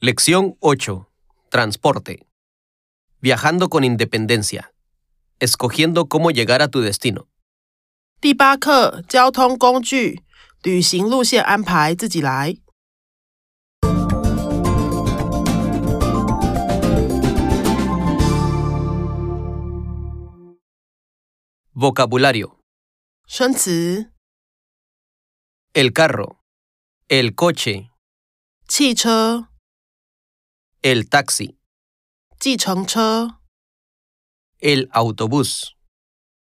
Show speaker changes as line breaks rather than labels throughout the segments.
Lección 8. Transporte. Viajando con independencia. Escogiendo cómo llegar a tu destino.
第八课交通工具旅行路线安排自己来。
Vocabulario.
生词：
El carro. El coche.
汽车、
El taxi.
计程车、
El autobús.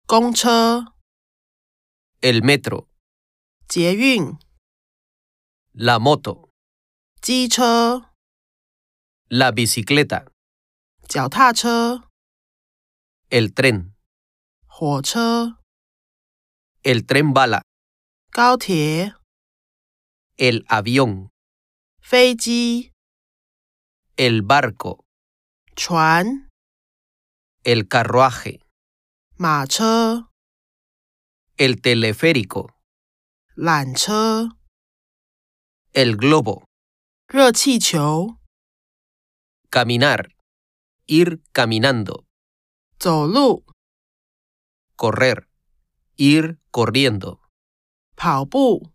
公车、
El metro.
捷运、
La moto.
机车、
La bicicleta.
脚踏车、
El tren.
火车、
El tren bala.
高铁、
El avión.
飞机、
El barco.
船、
El carruaje.
马车、
El teleférico.
缆车、
El globo.
热气球、
Caminar. Ir caminando.
走路、
Correr. Ir corriendo.
跑步、